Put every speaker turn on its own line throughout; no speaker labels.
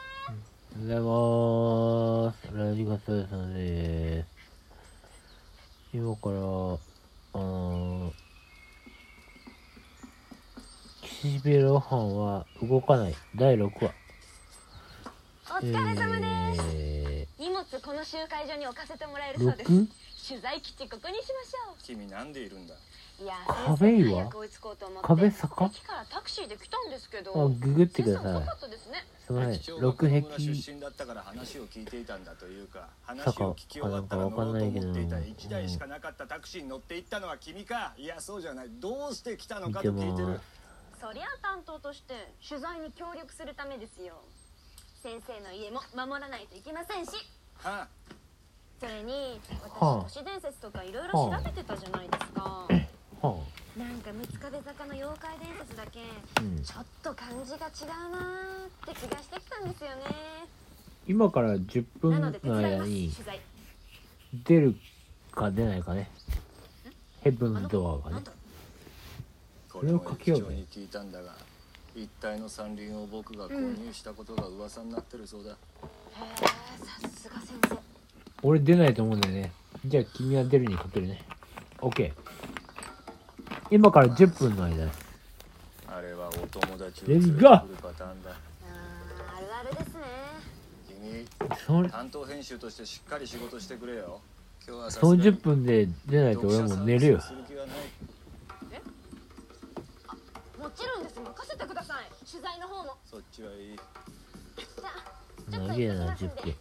うございます。ラジガスーさんです。今から、あの岸辺露伴は動かない。第6話。
お疲れ様です、
え
荷物この集会所に置かせてもらえる
ー、
そうです
6?
取材基地ここにしましょ
君なんでいるんだ
ういや
壁
先生
岩
早く追いつこうと思って
壁坂
駅からタクシーで来たんですけど
あ、ググって
先
くだ
生
さ
遅
い
か。ったですね
すみませ
駅
ん。
長がこ
6
の村
壁。
出身だったから話を聞いていたんだというか話
坂
を聞き終わった
かな
ら乗
んかわ
ろ
かん
うと
ないけど
思っていた1台しかなかったタクシーに乗って行ったのは君かいやそうじゃないどうして来たの
見
か
て
と聞いて
ま
る
す。
そりゃ担当として取材に協力するためですよ先生の家も守らないといけませんし
はあ
それに私、
はあ
都市伝説とかいろいろ調べてたじゃないですか、
は
なんか六壁坂の妖怪伝説だけ
あ、うん。
ちょっと感じが違うなーって気がしてきたんですよね
今から10
な
分
ので手
の
伝い
間
ます取
に
材
出るか出ないかね。ヘブンズドアが
な
ね
ん。だ
これを
これを書け
駅
よ
長
うね
に聞いたんだが一帯の山林を僕が購入したことが噂になってるそうだ、
へえさすが先生
俺出ないと思うんだよね。じゃあ君は出るに勝てるね。OK。今から10分の間です。
あれはお友達を
Let's
連れてく
go
るパターンだ
あーあるあるですね
君
その
担当編集としてしっかり仕事してくれよ今日はさす
そ
が
の
に
10分で出ないと俺はもう寝るよ
読者。サービスをする気はない
もちろんです任せてください取材の方も
そっちはいい
じゃあちょっ
長え
と行ってき
な、
ますん
10
で
分。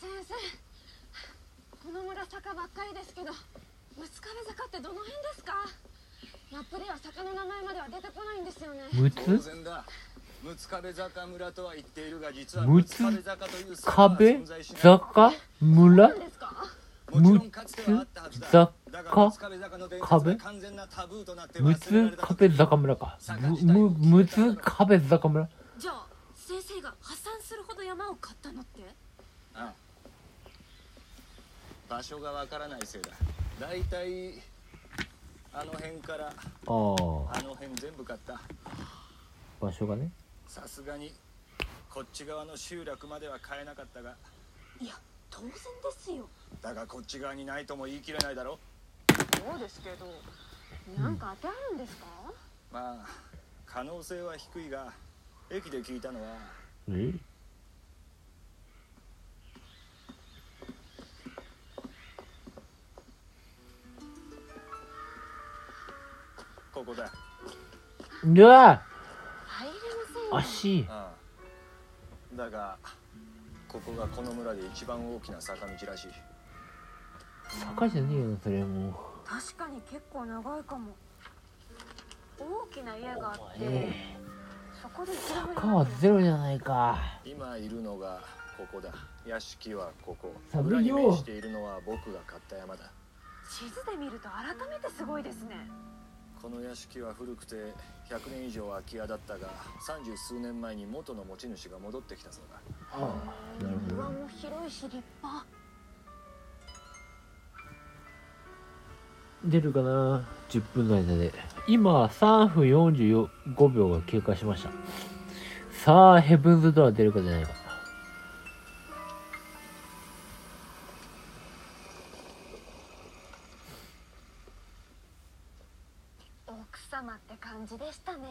先生この村坂ばっかりですけど六壁坂ってどの辺ですかマップでは坂の名前までは出てこないんですよね
む
当
つ
然だ六壁坂村とは言っているが実は
六
六
つ
壁坂という坂は
壁
存在しない
坂村
何ですか
もちろんかつてはあったはずだ
六つ
だが
坂
六壁坂の伝説
壁
が完全なタブーとなって
む
忘れら
つ
れたと
壁坂村か。む、むむつ壁坂村
じゃあ先生が破産するほど山を買ったのって
ああ場所がわからないせいだだいたいあの辺から
ああ、
あの辺全部買った
場所がね。
さすがにこっち側の集落までは買えなかったが
いや当然ですよ
だがこっち側にないとも言い切れないだろ
そうですけどなんか当てあるんですか、
まあ可能性は低いが駅で聞いたのは
え
ここだ
うわ
入れませんよ
足
ああだがここがこの村で一番大きな坂道らしい
坂じゃねえよ、それもう。
確かに結構長いかも大きな家があって、
え
そこで調べ
坂はゼロじゃないか。
今いるのがここだ屋敷はここ
寒
裏
い
に
よ
面しているのは僕が買った山だ
地図で見ると改めてすごいですね
この屋敷は古くて100年以上空き家だったが三十数年前に元の持ち主が戻ってきたそうだ
ああ、なるほど
庭。も広いし立派
出るかな10分の間で今3分45秒が経過しましたさあヘブンズドアー出るか出ないか
奥様って感じでしたね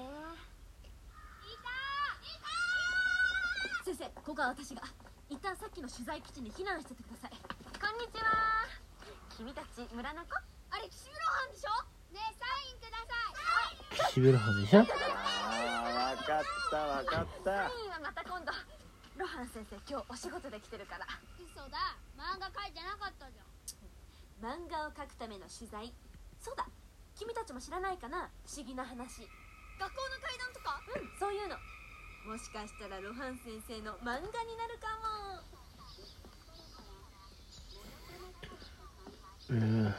先生ここは私が一旦さっきの取材基地に避難しててください
こんにちは君たち村の子
あれ岸辺露伴でしょねえサインください
岸辺露伴でしょ
ああ分かった分かった
いいわまた今度露伴先生今日お仕事で来てるから
嘘だ漫画描いてなかったじゃん漫画を描くための取材そうだ君たちも知らないかな不思議な話学校の怪談とかうんそういうのもしかしたら露伴先生の漫画になるかも
うん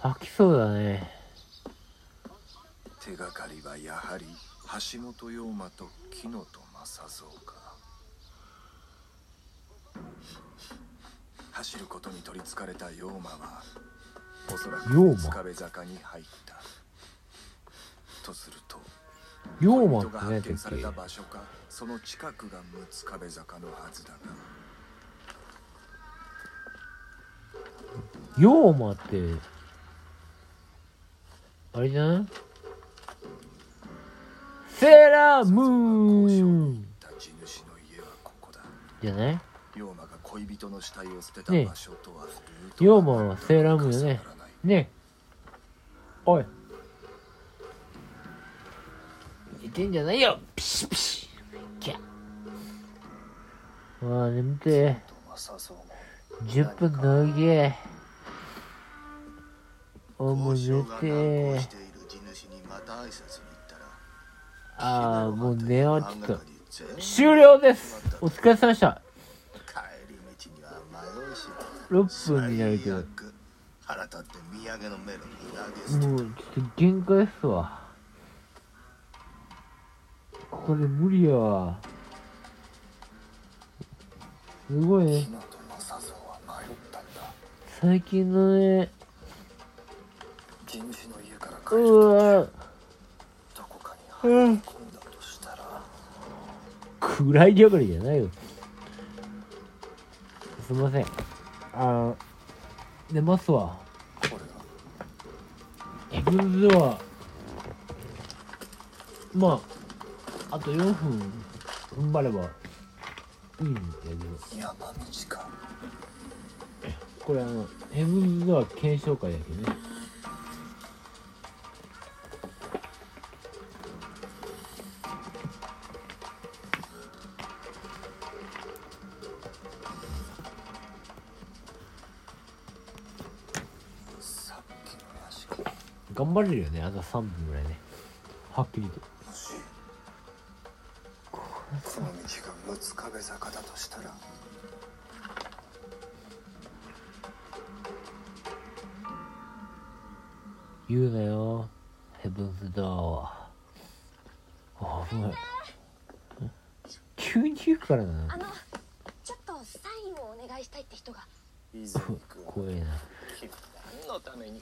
飽きそうだね
手がかりはやはり橋本陽馬と木野と正蔵か走ることに取りつかれた陽馬はおそらく
陽馬
六壁坂に入ったとすると
龍馬
人
って
が
何やっ
発
た
見された
っ
場所かその近くが六壁坂のはずだが
け龍馬ってあれじゃないセーラームーン
立ち主の家はここだ
じゃない
龍馬が恋人の死体を捨てた
ねえ
場所とはルー
龍
ト
馬はセーラームーンよね
重ならない
ねえおい寝てんじゃないよピシピシキャまあ眠てえ
とさそうも
10分のげおもう寝てえ
ている地主にまた挨拶に行ったら
ああもう寝ようちょっと
ちょっと
終了ですお疲れ様でした
帰り道には迷うし
6分になるけども
最悪腹立って土産のメロン投げ捨て
うちょっと限界っすわこれ無理やわすごいね
日野と正蔵は迷ったんだ
最近のね
地主の家から帰る
う
と
わ
どこかに入り込んだとしたら、
暗いばかりじゃないよすいませんあの寝ますわ
これ
ヘ
が
ブンズドアまああと4分踏ん張ればいいんだけど
山道か
これあのヘブンズドア検証会だけどね
さっきの屋敷
頑張れるよねあと3分ぐらいねはっきりと
もしこの道が六壁坂だとしたら
言うなよヘブンズドアはあ危ない急に言うから
あ
な
のちょっとサインをお願いしたいって人が
以前君
怖えな
君何のために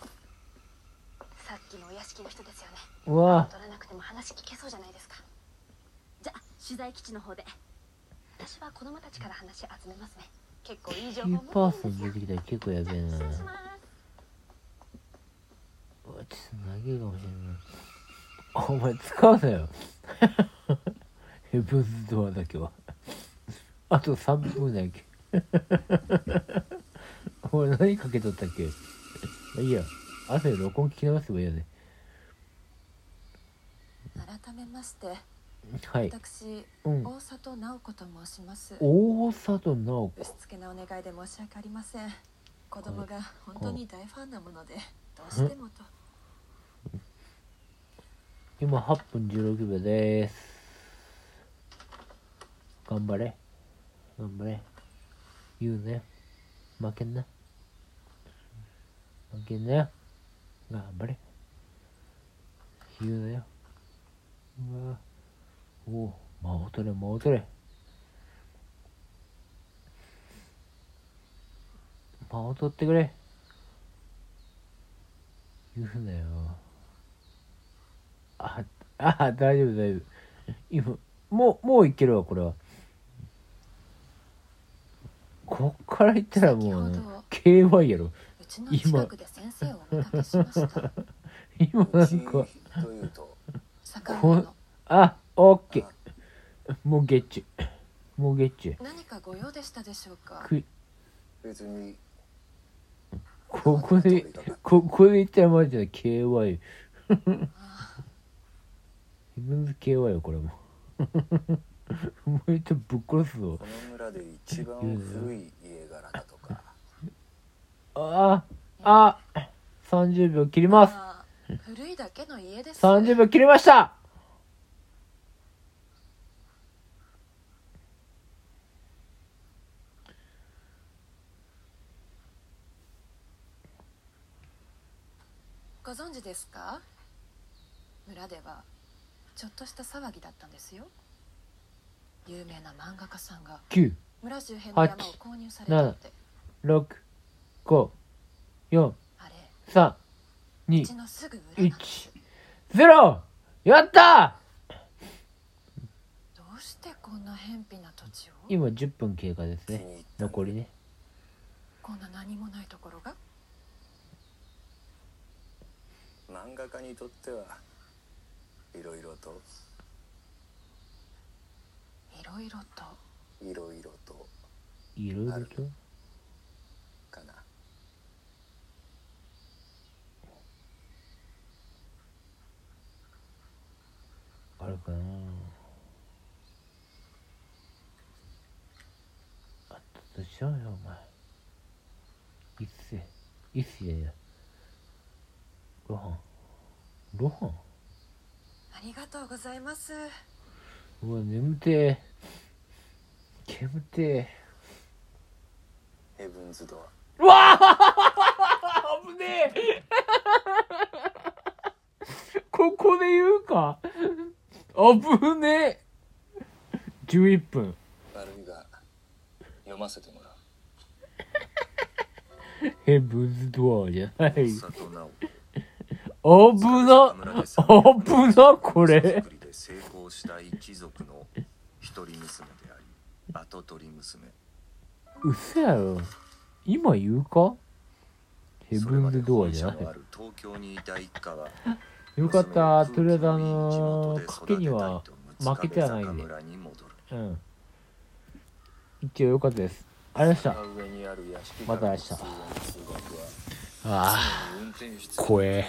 さっきのお屋敷の人ですよね
うわ
取らなくても話聞けそうじゃないですか
じゃあ取材基地の方で
私は子供たちから話集めますね結構いい
キ
情報
ー
持って
パー
るん
ソン
です
出
よ
てきたら結構やべえな
失礼します
うわちょっと長いかもしれないお前使うなよヘブンズドアだけはあと3分だけお前何かけとったっけまあいいや汗録音聞き直せばいいよね
改めまして
はい
私
うん
大里直子と申します
大里直
ぶしつけなお願いで申し訳ありません子供が本当に大ファンなものでどうしてもと
子今8分16秒です頑張れ頑張れ言うね負けんな負けんなよ頑張れ言うなようわおお間を取れ間を取れ間を取ってくれ言うなよああ大丈夫大丈夫今もうもういけるわこれはこっから行ったらもう、ね
先ほど、
KY やろ
うちの近くで先生をお見かけしました
今なんか
というと
坂本の
あオッケーもうゲッチュもうゲッチュ
何かご用でしたでしょうか
く
別に
ここでここで言ったらマジで KY 自分の KY よこれもお前とぶっ殺すぞ
この村で一番古い家柄だとか
ああ30秒切ります
ああ古いだけの家です
30秒切りました
ご存知ですか村ではちょっとした騒ぎだったんですよ有名な漫画家さんが
9
村周辺の山を購入されたって
6 5 4
あれ
3
う
2
ちのすぐ裏なんです
1ゼロやった
でこんな偏僻な土地を
今10分経過ですね残りね
こんな何もないところが
漫画家にとってはいろいろと
いろいろと
いろいろと
いろいろと
かな
あるかなあったとしようよお前いっせいっせややご飯ご飯
ありがとうございます
うわ眠てえ眠てえ
ヘブンズ・ドア
うわあ危ねえここで言うか危ねえ11分
悪いが読ませてもらう
ヘブンズドアじゃない危
佐藤直
な危なこれ
作りで成功した一族の一人娘であり跡取り娘
嘘やろ今言うかヘ
そ
ブ
れま
ン
で
ズドアじゃな
本社のあ
い
る東京にいた一家は
よかったとりあえずあ
地元
の
で
ー
育て
賭け
たい
には
と
負けてはないんで
六壁坂村に戻る
うん一応よかったですありがとうございました
上にある屋敷
また明日
からの通園通学は
ああ
常に運転室
怖え